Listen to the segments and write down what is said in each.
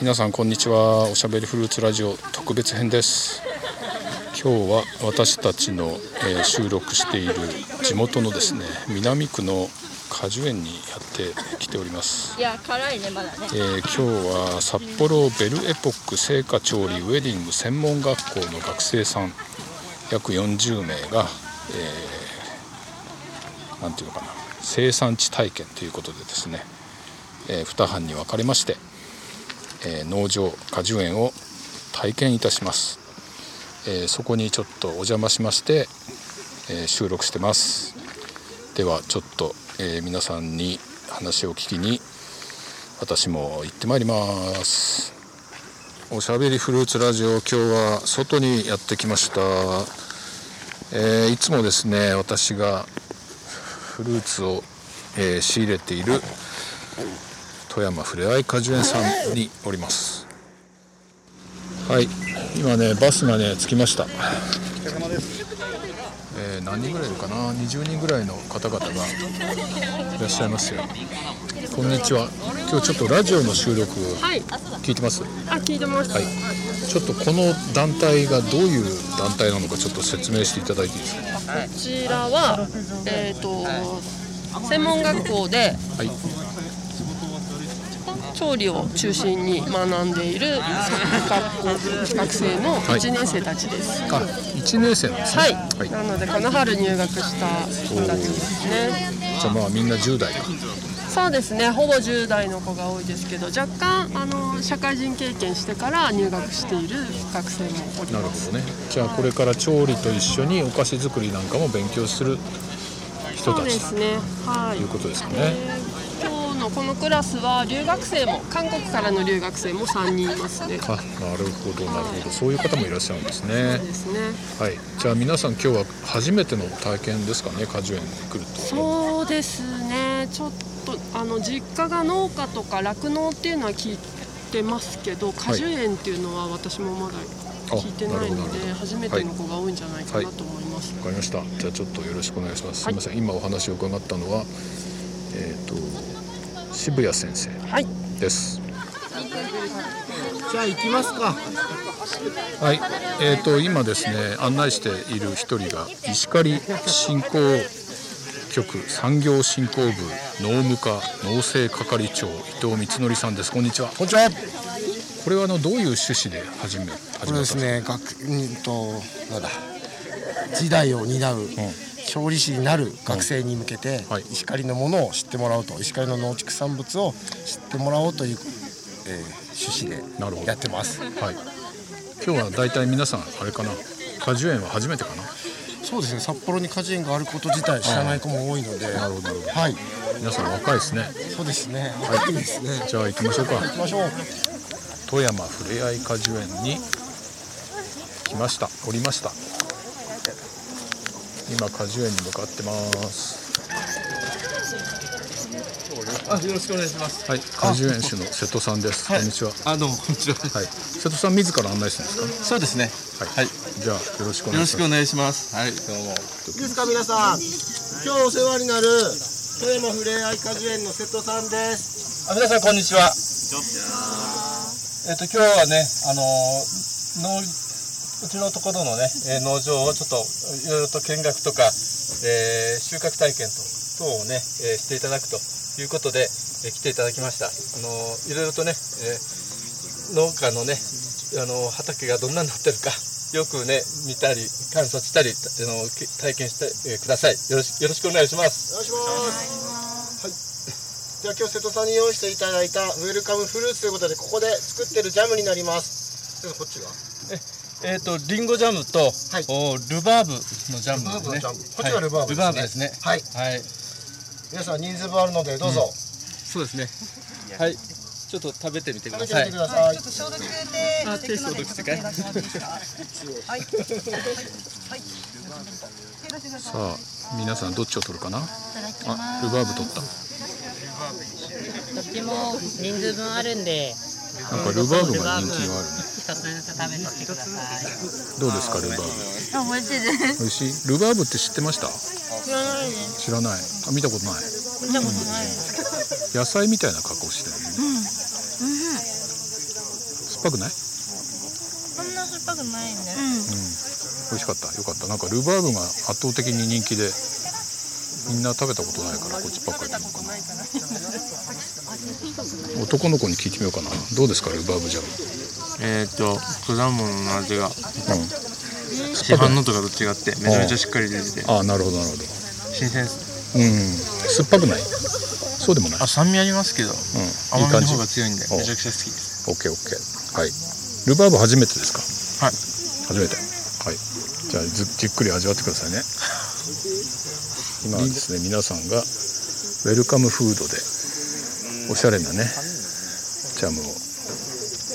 皆さんこんにちはおしゃべりフルーツラジオ特別編です今日は私たちの、えー収録している地元のですね南区の果樹園にやってきております、いや辛いねまだねえー今日は札幌ベルエポック製菓調理ウェディング専門学校の学生さん約40名が、えーなんていうのかな生産地体験ということでですね、え2班に分かれまして、えー農場果樹園を体験いたします、えーそこにちょっとお邪魔しまして、えー収録してますではちょっと、えー皆さんに話を聞きに私も行ってまいりますおしゃべりフルーツラジオ今日は外にやってきました、えーいつもですね私がフルーツを、えー仕入れている富山ふれあい果樹園さんにおりますはい今ねバスがね着きましたえー何人ぐらいいるかな20人ぐらいの方々がいらっしゃいますよこんにちは今日ちょっとラジオの収録はい。聞いてますあ、聞いてます。はいちょっとこの団体がどういう団体なのかちょっと説明していただいていいですかこちらは、えっ、と、専門学校ではい調理を中心に学んでいる学校学生のい1年生たちです。あ1年生なんですねはい。はいなので、この春入学した人たちですね。じゃあまあみんな10代かそうですね。ほぼ10代の子が多いですけど、若干あの社会人経験してから入学している学生もおりなるます。ほどねじゃあこれから調理と一緒にお菓子作りなんかも勉強するそ人うたでちすね。はいという。ことですかね今日のこのクラスは留学生も韓国からの留学生も3人いますね。あなるほどなるほどそういう方もいらっしゃるんですでねすね。はい、じゃあ皆さん今日は初めての体験ですかね果樹園に来るとそうですね。ちょっとあの実家が農家とか酪農っていうのは聞いてますけど、果樹園っていうのは私もまだ聞いてないなるのほどなで、るほど初めての子が多いんじゃないかなと思います。わかりましたじゃあちょっとよろしくお願いします、はいすいません今お話を伺ったのはえっ、と渋谷先生はい。ですじゃあ行きますか。はいえっ、と今ですね案内している一人が石狩振興局産業振興部農務課農政係長伊藤光則さんですこんにちはこんにちは。これはあのどういう趣旨で始めこれ始めでたすね、学うんとなんだ時代を担う調理師になる学生に向けて、はい石狩のものを知ってもらおうと、石狩の農畜産物を知ってもらおうという、えー趣な旨るほでどやってます。はい今日は大体皆さんあれかな果樹園は初めてかなそうですね、札幌に果樹園があること自体知らない子も多いので、なるほどなるほどはい、皆さん若いですねそうですね。はい、ですね。じゃあ行きましょうか行きましょう。富山ふれあい果樹園に来ましたおりました今果樹園に向かってますあ、よろしくお願いします。はい果樹園主の瀬戸さんです、こんにちはあ、はどうも、こんにちは。い瀬戸さん自ら案内するんでそすうですね。かはい。じゃあよろしくよおろし願いしくおま願いします。はい、どういいも。ですか皆さん今日お世話になる富山ふれあい果樹園の瀬戸さんですあ、皆さん、こんにちは。えっ、と、今日はね、あのー、農、うちのところのね、えー農場をちょっと、いろいろと見学とか、えー収穫体験と、等をね、えーしていただくということで、えー来ていただきました。あのーいろいろとね、えー農家のね、あのー畑がどんなになってるか、よくね、見たり、観察したり、あのーけ体験して、えーください。よろし、よろしくお願いします。お願いしますはい。では今日瀬戸さんに用意していただいたウェルカムフルーツということでここで作ってるジャムになりますでもこっちがえっ、とリンゴジャムと、はいおルバーブのジャムですね。ルバーブのジャムこっちがルバーブですねはいルバーブですね。はいはい。皆さん人数分あるのでどうぞ、そうですね。はい。ちょっと食べてみてくだ食べてみさい。てください、ちょっと消毒であ手消毒してかい。すさあ皆さんどっちを取るかなあルバーブ取ったどっちも人数分あるんで、なんかルバーブが人気があるね一つずつ食べてってください。どうですかルバーブあ、美味しいです。美味しいルバーブって知ってました知らないです。知らないあ見たことない見たことないです。野菜みたいな加工してるのね、っぱくない、うん、そんな酸っぱくないね。美味しかったよかったなんかルバーブが圧倒的に人気でみんな食べたことないからこっちばっかりなのかな男の子に聞いてみようかなどうですかルバーブジャムえーっと果物の味がうん市販のとかと違ってめちゃめちゃしっかり出ててああなるほどなるほど新鮮ですうん酸っぱくないそうでもないあ酸味ありますけどうんいい甘感みのじ方が強いんでおめちゃくちゃ好きでオすッケーオッケーはいルバーブ初めてですかはい初めてはいじゃあずじっくり味わってくださいね今はですね皆さんがウェルカムフードでおしゃれなねジャムを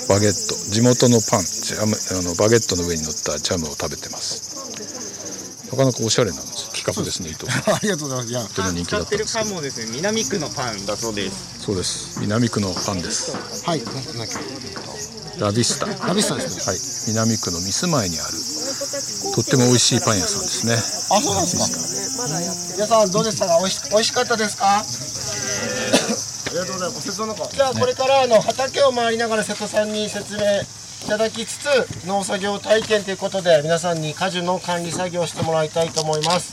バゲット地元のパンジャムあのバゲットの上に乗ったジャムを食べてますなかなかおしゃれな企画ですね伊藤さ んありがとうございます。いや、とても人気だったんですけどもですね、南区のパンだそうです。そうです南区のパンですはい、なんだっけラビスタ。ラビスタですね。はい、南区のミス前にある。とっても美味しいパン屋さんですね。あ、そうなんですか。皆さん、どうでしたか、おいし、おいしかったです か。ありがとうございます。お説明の方じゃあ、これから、あの、畑を回りながら、瀬戸さんに説明。いただきつつ、農作業体験ということで、皆さんに果樹の管理作業をしてもらいたいと思います。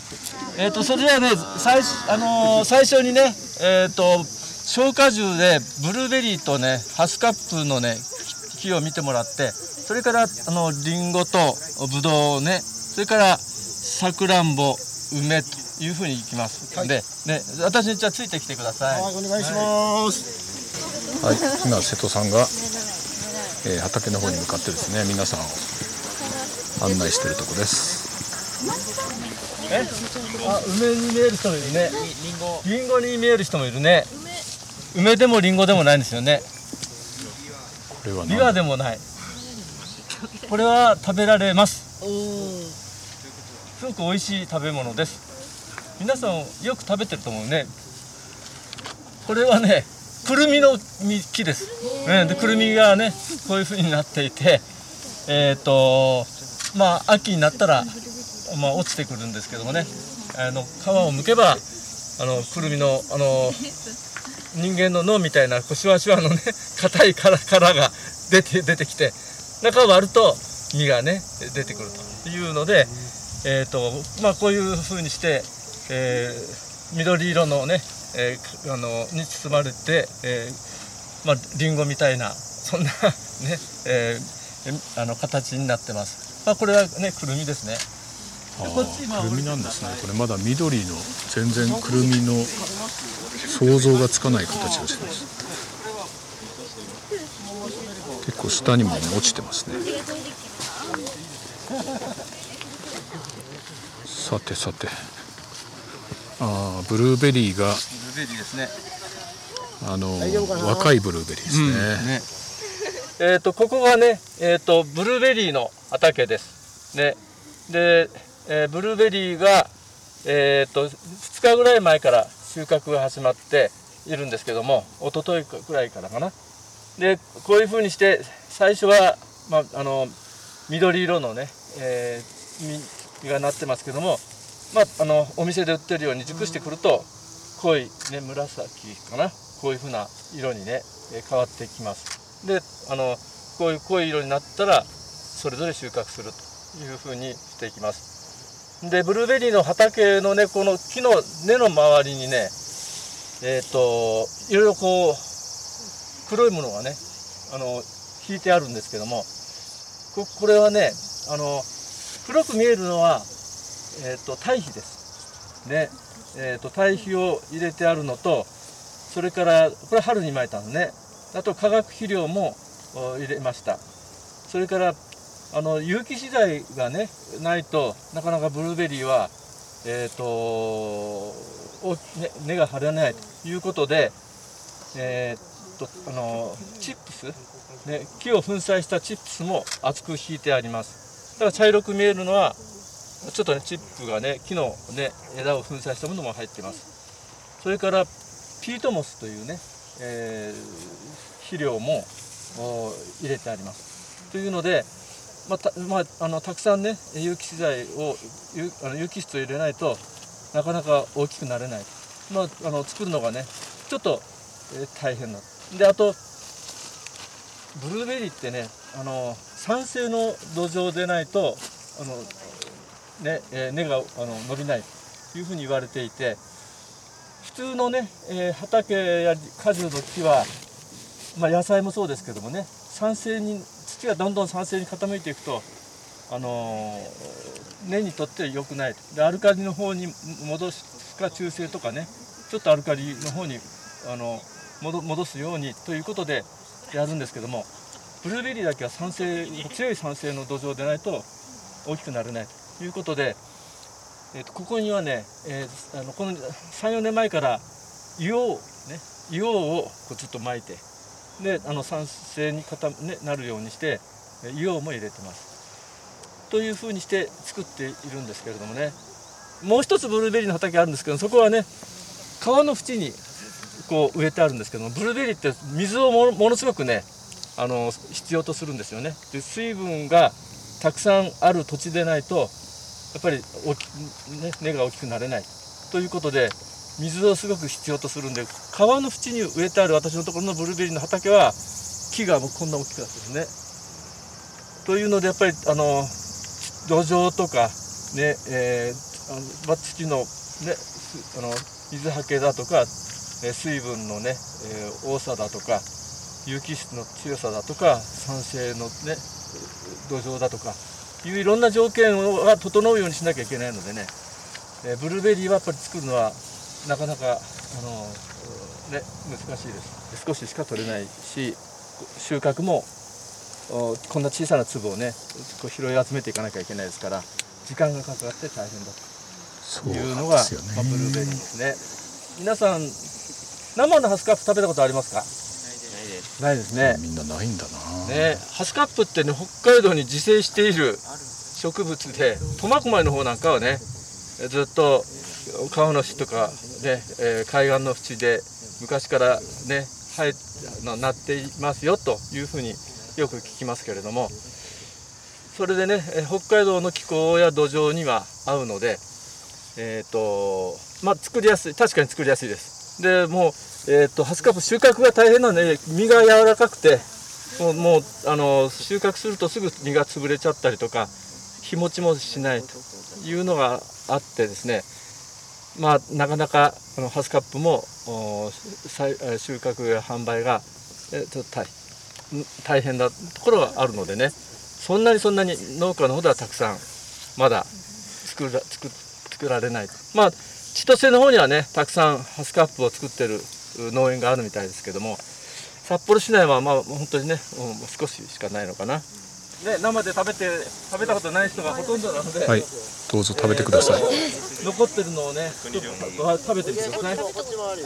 えっ、とそれではね最初あのー最初にねえっ、と消化樹でブルーベリーとねハスカップのね木木を見てもらってそれからあのリンゴとブドウをねそれからさくらんぼ梅というふうにいきます、でね私にじゃあついてきてください。はい、お願いします。はい、今瀬戸さんが、えー畑の方に向かってですね、皆さんを案内しているとこです。あ梅に見える人もいるねリンゴに見える人もいるね梅でもリンゴでもないんですよねこれはビワ何でもないこれは食べられますすごく美味しい食べ物です皆さんよく食べてると思うねこれはねくるみの実木です、ね、でくるみがねこういう風になっていてえっ、とまあ秋になったら、まあ、落ちてくるんですけどもねあの皮を剥けばあのくるみのあの人間の脳みたいなこうシワシワのね 硬い殻殻が出て出てきて中を割ると実がね出てくるというので、えーとまあ、こういうふうにして、えー緑色のね、えーあのに包まれて、えーまあ、リンゴみたいなそんなね、えーあの形になってます。まあ、これはねくるみですね。あーくるみなんですね。これまだ緑の全然くるみの想像がつかない形をしてます。結構下にもね落ちてますね。さてさて、あーブルーベリーがブルーベリーですね。あの若いブルーベリーですね。えっ、とここがね、えっ、とブルーベリーの畑です。ね、で、えーブルーベリーがえっ、と2日ぐらい前から収穫が始まっているんですけども、一昨日ぐらいからかな。で、こういう風にして最初はまああの緑色のね、えー実がなってますけども、まああのお店で売ってるように熟してくると濃いね紫かな、こういう風な色にねえー変わってきます。であのこういう濃い色になったらそれぞれ収穫するというふうにしていきますでブルーベリーの畑のねこの木の根の周りにねえっ、といろいろこう黒いものがねあの引いてあるんですけどもここれはねあの黒く見えるのは、えー、と堆肥ですねえー、と堆肥を入れてあるのとそれからこれ春にまいたのねあと化学肥料もお入れましたそれからあの有機資材がねないとなかなかブルーベリーはえっ、と大きね根が張らないということでえっ、とあのチップス、ね、木を粉砕したチップスも厚く引いてありますだから茶色く見えるのはちょっとねチップがね木のね枝を粉砕したものも入ってますそれからピートモスというねえー肥料もお入れてあります。というので、まあたまあ、あのたくさんね有機資材を有あの有機質を入れないとなかなか大きくなれない、まあ、あの作るのがねちょっと、えー大変なであとブルーベリーってねあの酸性の土壌でないとあの、ねえー根があの伸びないというふうに言われていて普通のね、えー畑や果樹の木は、まあ、野菜もそうですけどもね酸性に土がどんどん酸性に傾いていくと、あのー根にとって良くないとでアルカリの方に戻すか中性とかねちょっとアルカリの方にあの戻戻すようにということでやるんですけどもブルーベリーだけは酸性強い酸性の土壌でないと大きくなれないということで、えっとここにはね、えーあのこの34年前から硫黄、ね、硫黄をこうちょっと撒いてであの酸性にかた、ね、なるようにしてえー硫黄も入れてます。というふうにして作っているんですけれどもねもう一つブルーベリーの畑あるんですけどそこはね皮の縁にこう植えてあるんですけどもブルーベリーって水をものものすごくねあの必要とするんですよねで水分がたくさんある土地でないとやっぱり大き、ね、根が大きくなれないということで水をすごく必要とするんで皮の縁に植えてある私のところのブルーベリーの畑は木がもうこんな大きくなってるんですね。というのでやっぱりあの土壌とか、ねえーあのまあ土の,、ね、すあの水はけだとか、えー水分の、ねえー多さだとか有機質の強さだとか酸性の、ね、土壌だとかいういろんな条件が整うようにしなきゃいけないのでね、えーブルーベリーはやっぱり作るのはなかなか、あのね、難しいです少ししか取れないし収穫もおこんな小さな粒をねこう拾い集めていかなきゃいけないですから時間がかかって大変だそとういうなのんが、ですよまあ、ねブルーベリーですね皆さん生のハスカップ食べたことありますかないですねみんなないんだな、ねハスカップってね北海道に自生している植物で苫小牧の方なんかはねえずっと川の市とか、ねえー海岸の縁で昔からね生えのなっていますよというふうによく聞きますけれどもそれでねえー北海道の気候や土壌には合うのでえっ、とまあ作りやすい確かに作りやすいですでもう、えー、とハスカップ収穫が大変なので実が柔らかくてもうもうあの収穫するとすぐ実が潰れちゃったりとか日持ちもしないというのがあってですねまあなかなかこのハスカップもおさいえ収穫や販売がえちょっと大大変なところがあるのでねそんなにそんなに農家の方ではたくさんまだ作ら作作られないまあ千歳の方にはねたくさんハスカップを作ってるう農園があるみたいですけども札幌市内はまあ本当にね、うん、もう少ししかないのかな。ね生で食べて食べたことない人がほとんどなので、はいどうぞ食べてください、残ってるのをねちょっとご飯食べてみてください。うん、私もね、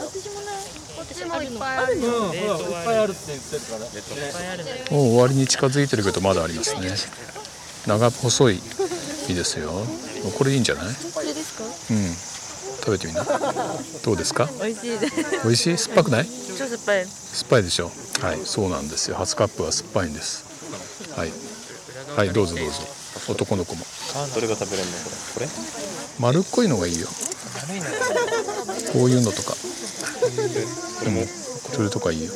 こっちもいっぱいある。ほらいっぱいあるって言ってるから。ねもう終わりに近づいてるけどまだありますね長細い実ですよこれいいんじゃないこれですか？うん食べてみなどうですか美味しいです。美味しい酸っぱくない超酸っぱい。酸っぱいでしょはいそうなんですよハスカップは酸っぱいんですはいはいどうぞどうぞ男の子もどれが食べれるのこれこれ丸っこいのがいいよこういうのとかでもそれとかいいよち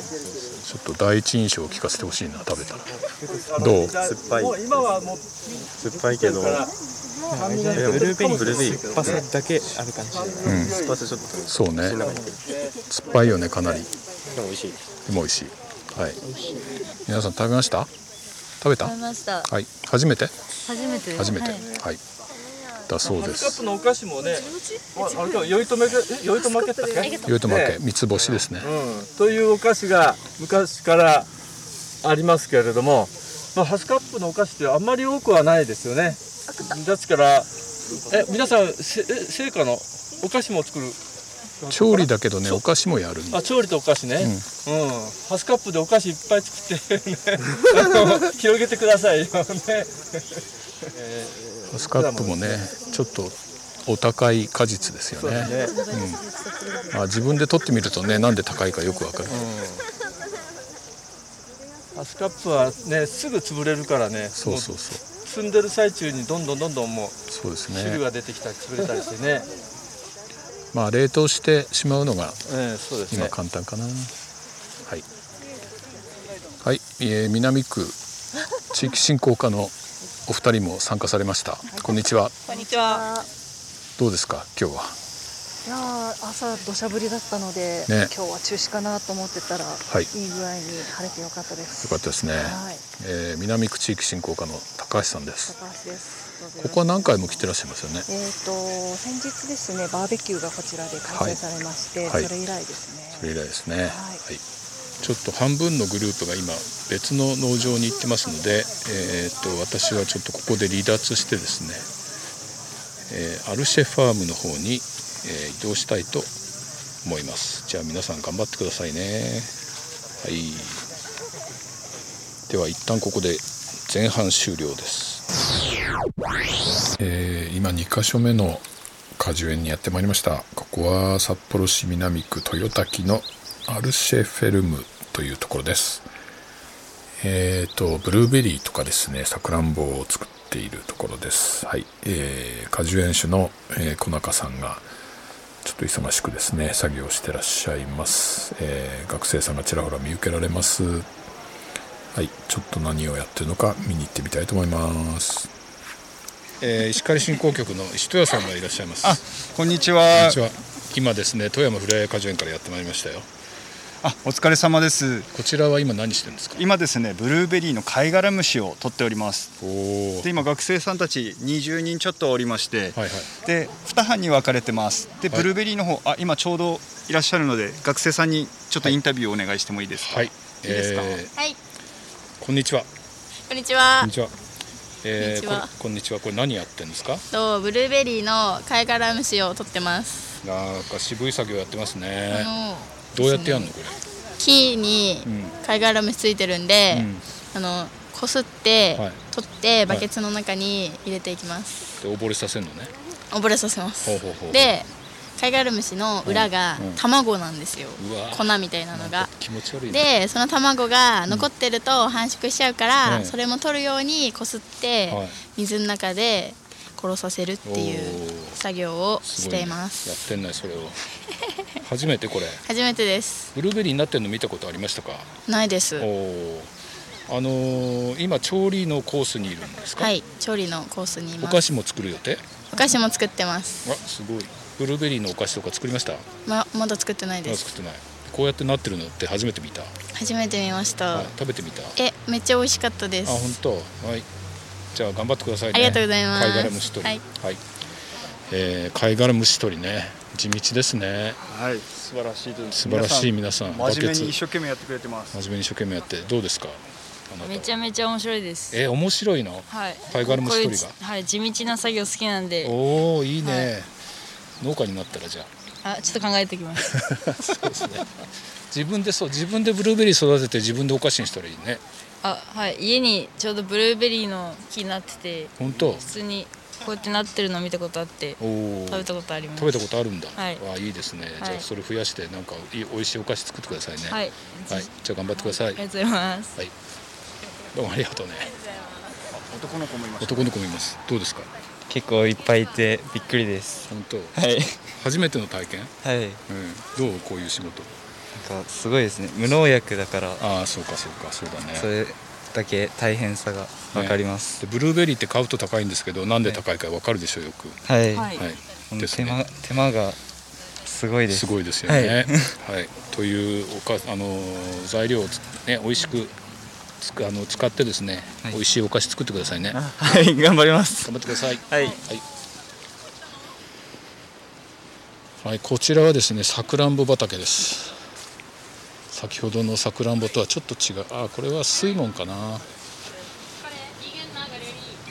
ょっと第一印象を聞かせてほしいな食べたらどう酸っぱいもう今はもう酸っぱいけど、からブルーベリー、ブルーベリー、酸っぱさだけある感じ。ん酸っぱさちょっと、そうね口の中に入ってる酸っぱいよねかなりでも美味しい。でも美味しいはい皆さん食べました食べた食べました。はい初めて初めてです。初めてはいはいだそうハでスカップすのお菓子もね、ああれか酔いとめけえ酔いとまけたっけ？ゆうとまけ三つ星ですねうん、というお菓子が昔からありますけれども、まあ、ハスカップのお菓子ってあんまり多くはないですよねですからえ皆さんせえ成果のお菓子も作る調理だけどねお菓子もやるんだあ調理とお菓子ね、うんハスカップでお菓子いっぱい作って、ね、 あの広げてくださいよねハスカップもねちょっとお高い果実ですよねねまあ、自分で取ってみるとねなんで高いかよくわかるハスカップはねすぐ潰れるからねそうそうもそうう積んでる最中にどんどんどんどんもうそうです汁ねが出てきたり潰れたりしてね、まあ冷凍してしまうのがええそうです今ね簡単かなはいはい、えー南区地域振興課のお二人も参加されました。こんにちは。こんにちは。どうですか今日は。いやー朝土砂降りだったので、ね今日は中止かなと思ってたら、いい、い具合に晴れてよかったです。よかったですね。はい、えー南区地域振興課の高橋さんです。高橋です。どうぞよころしくこは何回も来てらっしゃいますよね。えっ、と先日ですねバーベキューがこちらで開催されまして、はいそれ以来ですそれね。以来ですね。はいい。ちょっと半分のグループが今別の農場に行ってますので、えーっと私はちょっとここで離脱してですね、えーアルシェファームの方に、えー移動したいと思います。じゃあ皆さん頑張ってくださいね。はい。では一旦ここで前半終了です。えー今2箇所目の果樹園にやってまいりましたここは札幌市南区豊滝のアルシェフェルムというところですえっ、とブルーベリーとかですねさくらんぼを作っているところですはい、えー果樹園主の、えー小中さんがちょっと忙しくですね作業してらっしゃいます、えー学生さんがちらほら見受けられますはいちょっと何をやってるのか見に行ってみたいと思います、えー石狩振興局の石戸屋さんがいらっしゃいますこんにちこんはにちは。今ですね、富山ふれあい果樹園からやってまいりましたよ。あお疲れ様ですこちらは今何してるんですか。今ですねブルーベリーの貝殻虫を取っておりますおお。で今学生さんたち20人ちょっとおりまして、はいはい。で2班に分かれてますではいブルーベリーの方、あ今ちょうどいらっしゃるので学生さんにちょっとインタビューをお願いしてもいいですか、はい。いいですかはい、ーこんにちは。こんにちは。ちは。こんえーにちはここんにちは。これ何やってるんですか。とブルーベリーの貝殻虫を取ってます。なんか渋い作業やってますあね。のどうやってやるのこれ。木に貝殻虫ついてるんで、あのこすって、はい取ってバケツの中に入れていきます。で溺れさせるのね。溺れさせます。ほうほうほう。で貝殻虫の裏がうんうん卵なんですよ。うわー粉みたいなのが。気持ち悪いね。でその卵が残ってると繁殖しちゃうから、うんそれも取るようにこすって、はい水の中で殺させるっていうおー作業をすしごてねいますやってんないそれを。初めてこれ。初めてですブルーベリーになってるの見たことありましたか。ないですおお。あのー今調理のコースにいるんですか。はい調理のコースにいおます菓子も作る予定お菓子も作ってますあすごいブルーベリーのお菓子とか作りましたまままだ作ってないでだす作ってないこうやってなってるのって初めて見た、初めて見ました、はい食べてみたあえめっちゃ美味しかったです本当はいじゃあ頑張ってくださいねありがとうございます貝殻虫取りはい、えー貝殻虫取りね地道ですねはい素晴らしいです素晴らしい皆さん皆さん真面目にバケ一生懸命やってくれてますツ真面目に一生懸命やってどうですかあなためちゃめちゃ面白いです。えー面白いのはい。貝殻虫取りがこういうはい、地道な作業好きなんで。おおいいね、農家になったらじゃああ、ちょっと考えておきます。そうですね自分でそう自分でブルーベリー育てて自分でお菓子にしたらいいねあ、はい。家にちょうどブルーベリーの木になってて、本当普通にこうやってなってるの見たことあって、おお食べたことあります。食べたことあるんだ。はいわあいいですね。じゃはあいそれ増やしてなんかいい美味しいお菓子作ってくださいね。はい。はい。じゃあ頑張ってください。ありがとうございます。はい。どうもありがとうね。男の子もいました男の子もいます。どうですか。結構いっぱいいてびっくりです本当。はい初めての体験。はいなんうん。どうこういう仕事。かすごいですね無農薬だからああそうかそうかそうだね。それだけ大変さがわかります、でブルーベリーって買うと高いんですけどなんで高いかわかるでしょうよく。はい、はいはい。このです手ね間手間がすごいですすごいですよね。はい、というおかあのー材料をつね美味しくつくあの使ってですね、はい美味しいお菓子作ってくださいね。頑はい頑張ります張ってください。はいはい、こちらはですねさくらんぼ畑です。先ほどのさくらんぼとはちょっと違う。あ、これは水門かな。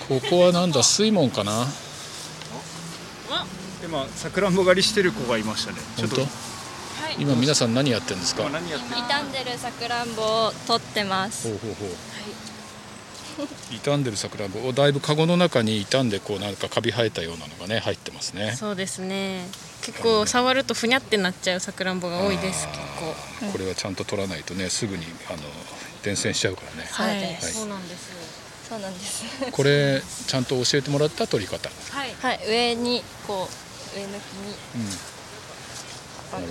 ここはなんだ水門かな。今さくらんぼ狩りしてる子がいましたねちょ本っと当。今皆さん何やってるんですか。今何やって傷んでるさくらんぼを取ってますほうほうほう。傷んでる桜をだいぶカゴの中に傷んでこうなんかカビ生えたようなのがね入ってますね。そうですね結構触るとふにゃってなっちゃうさくらんぼが多いです結構これはちゃんと取らないとねすぐにあの伝染しちゃうからね。はい、はいそうなんですよそうなんですこれちゃんと教えてもらった取り方。はいはい上にこう上の木になるほど。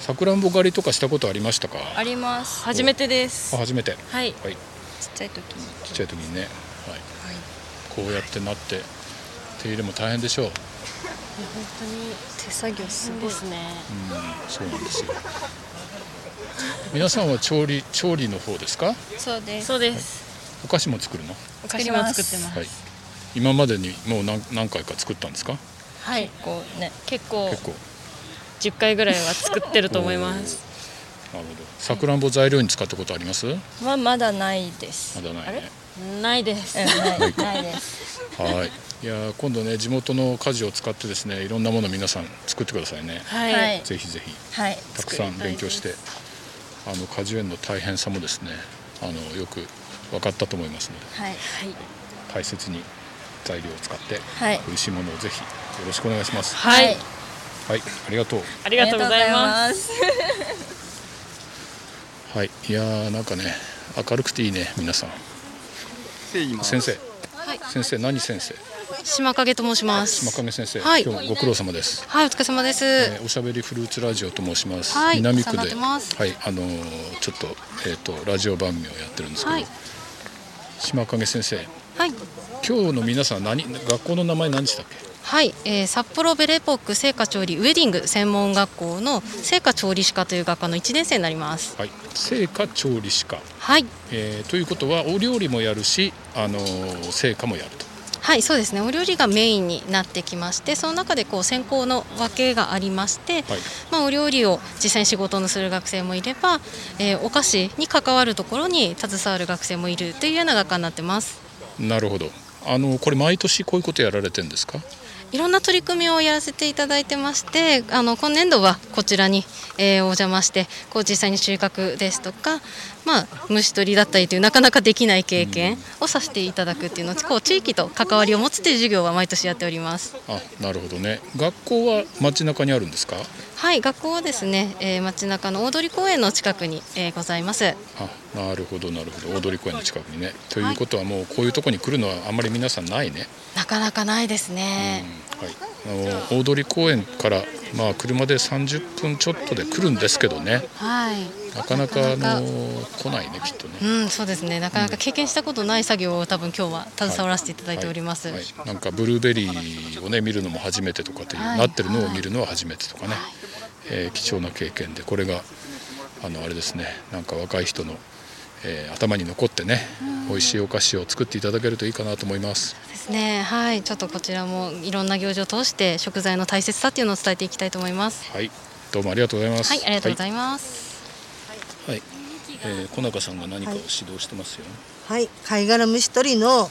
さくらんぼ狩りとかしたことありましたか。あります初めてですあ初めて。はいはい。ちっちゃい時にちっちゃい時にね、はいこうやってなって手入れも大変でしょう、うん、いや本当に手作業すごいですねそうなんですよ皆さんは調理調理の方ですかそうですそうです、お菓子も作るのお菓子も作ってますはい、今までにもう何何回か作ったんですかはい結構ね結構結構10回ぐらいは作ってると思いますなるほどさくらんぼ材料に使ったことありますまはまだないですだないねないです、ないないですはいいやー今度ね地元の家事を使ってですねいろんなもの皆さん作ってくださいねはいぜひぜひはいたくさん勉強してあの果樹園の大変さもですねあのよく分かったと思いますのではい大切に材料を使って、はい美味しいものをぜひよろしくお願いしますはいはいありがとうありがとうございますありがとうございますはいいやーなんかね明るくていいね皆さん先生、先生何先生島影と申します。島影先生、はい今日ご苦労様です、はい、お疲れ様です。えーおしゃべりフルーツラジオと申します、はい南お区世話でになってますはいあのーちょっとえっ、とラジオ番組をやってるんですけど、はい、島影先生はい、今日の皆さん何学校の名前何でしたっけはい、えー札幌ベレポック聖火調理ウェディング専門学校の聖火調理師科という学科の1年生になります。はい、成果調理師科、はい、えーということはお料理もやるしあのー成果もやるとはい、そうですね。お料理がメインになってきまして、その中でこう専攻の分けがありまして、はいまあお料理を実際に仕事のする学生もいれば、えーお菓子に関わるところに携わる学生もいるというような学科になってます。なるほどあのこれ毎年こういうことやられてるんですかいろんな取り組みをやらせていただいてましてあの今年度はこちらに、えーお邪魔してこう実際に収穫ですとか、まあ、虫取りだったりというなかなかできない経験をさせていただくっていうのをこう地域と関わりを持つという授業は毎年やっております。あなるほどね学校は街中にあるんですかはい、学校はですね、えー街中の大通公園の近くに、えーございます。あなるほどなるほど大通公園の近くにねということはもうこういうとこに来るのはあんまり皆さんないね、なかなかないですね。はい、あの大通公園からまあ車で30分ちょっとで来るんですけどねはい。なかなかあなかなかの来ないねきっとねうん、そうですね。なかなか経験したことない作業を多分今日は携わらせていただいております。はいはいなんかブルーベリーをね見るのも初めてとかっていう、はいなってるのを見るのは初めてとかね、えー貴重な経験でこれがあのあれですねなんか若い人の、えー頭に残ってね美味しいお菓子を作っていただけるといいかなと思います。ですね。はい、ちょっとこちらもいろんな行事を通して食材の大切さっていうのを伝えていきたいと思います。はい、どうもありがとうございます。はい、ありがとうございます。はい。はいえー小中さんが何かを指導してますよね。はい、貝殻虫取りの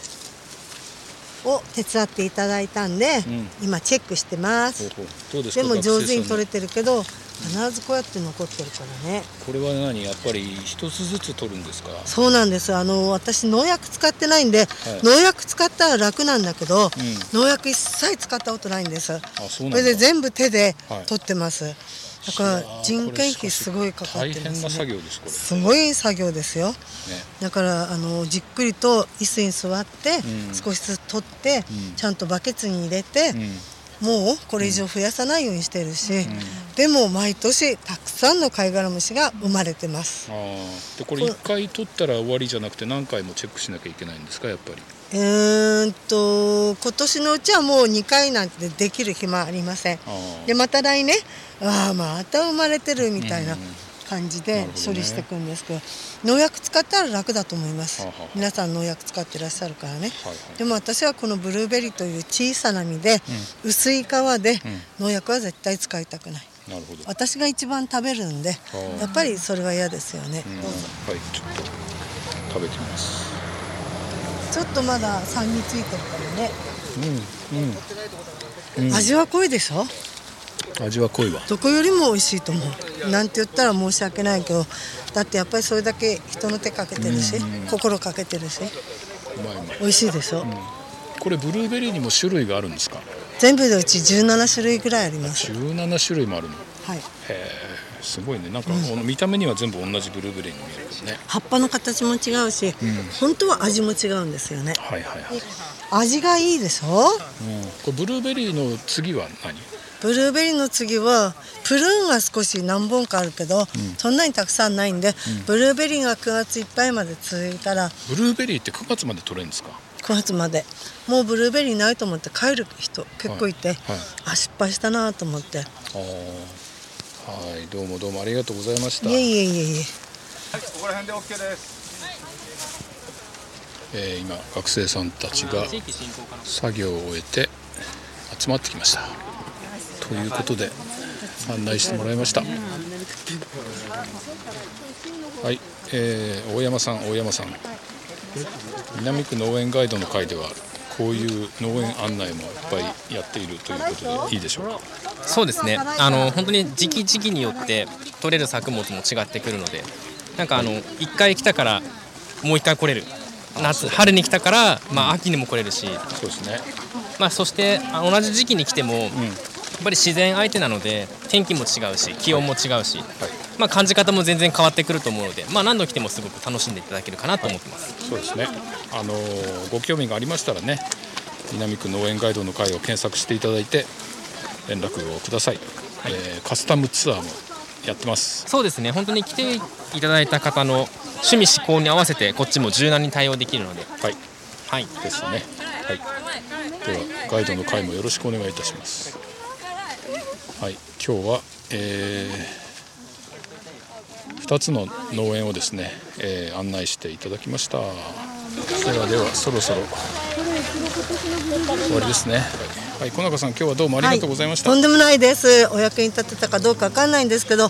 を手伝っていただいたんで、うん今チェックしてまほうす。ほうどうですでか。も上手に取れ学生てるけど、必ずこうやって残ってるからね。さんのこれは何やっぱり一つずつ取るんですか。そうなんです。あの私農薬使ってないんで、農薬使ったら楽なんだけど、農薬一切使ったことないんです。あそうこなれんでだ。全部手ではい取ってます。だから人件費すごいかかっ大て変なます、ね。作業ですこれ。すごい作業ですよ。ね。だからあのじっくりと椅子に座って、うん少しずつ取って、うんちゃんとバケツに入れて、もうこれ以上増やさないようにしてるし、でも毎年たくさんの貝殻虫が生まれてます、あーでこれ一回取ったら終わりじゃなくて何回もチェックしなきゃいけないんですかやっぱりうーんと今年のうちはもう2回なんてできる暇ありませんあでまた来年ああまた生まれてるみたいな感じでどね処理していくんですけど農薬使ったら楽だと思いますはあはあ皆さん農薬使ってらっしゃるからね、はいでも私はこのブルーベリーという小さな実で、薄い皮で農薬は絶対使いたくないなるほど私が一番食べるんであやっぱりそれは嫌ですよね、うんはいちょっと食べてみますちょっとまだ酸味ついてるからね、うんうん、うん、味は濃いでしょ味は濃いわどこよりも美味しいと思うなんて言ったら申し訳ないけどだってやっぱりそれだけ人の手かけてるし、心かけてるしうまいうまい美味しいでしょ、これブルーベリーにも種類があるんですか全部でうち17種類ぐらいあります17種類もあるのはいへえすごいねなんかこの見た目には全部同じブルーベリーに見えるけどね葉っぱの形も違うし、本当は味も違うんですよね。はいはいはい、味がいいでしょ。うん、これブルーベリーの次は何ブルーベリーの次はプルーンが少し何本かあるけど、そんなにたくさんないんで、ブルーベリーが9月いっぱいまで続いたらブルーベリーって9月まで取れるんですか9月までもうブルーベリーないと思って帰る人結構いて、はいはいあ失敗したなと思ってあーはいどうもどうもありがとうございましたいえいえいえいえここら辺で OK ですえー今学生さんたちが作業を終えて集まってきましたということで案内してもらいましたはい、えー大山さん大山さん南区農園ガイドの会ではこういう農園案内もいっぱいやっているということでいいでしょうかそうですねあの本当に時期時期によって取れる作物も違ってくるのでなんかあの一回来たからもう一回来れる夏春に来たから、まあ、秋にも来れるし、そうですねまあ、そしてあ同じ時期に来ても、やっぱり自然相手なので天気も違うし気温も違うし、まあ、感じ方も全然変わってくると思うので、まあ、何度来てもすごく楽しんでいただけるかなと思ってます。そうですね。あのーご興味がありましたらね、南区農園ガイドの会を検索していただいて連絡をください。えーカスタムツアーもやってます。そうですね本当に来ていただいた方の趣味思考に合わせてこっちも柔軟に対応できるのではい、はい、ですねはいではガイドの会もよろしくお願いいたします。はい、今日は、えー、2つの農園をですね、えー案内していただきました。ではではそろそろ終わりですね。はい、小中さん今日はどうもありがとうございました。とんでもないですお役に立てたかどうかわかんないんですけど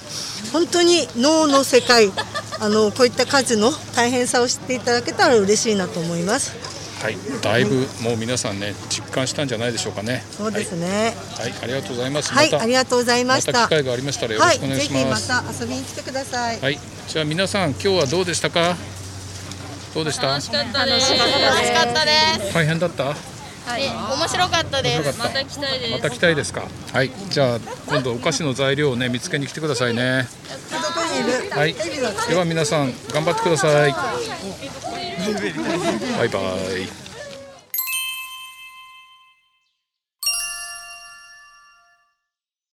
本当に脳の世界 あのこういった家事の大変さを知っていただけたら嬉しいなと思いますはい、だいぶもう皆さんね実感したんじゃないでしょうかね。そうですねはい、はいありがとうございます。はい、またありがとうございましたまた機会がありましたらよろしくお願いします。はい、ぜひまた遊びに来てください、はい、じゃあ皆さん今日はどうでしたか。どうでした。楽しかったです。大変だった。はい、面白かったで面す。白かったまた来たいまた来たいですか。はい、じゃあ今度お菓子の材料をね見つけに来てくださいね。はい、では皆さん頑張ってください。バイバイ。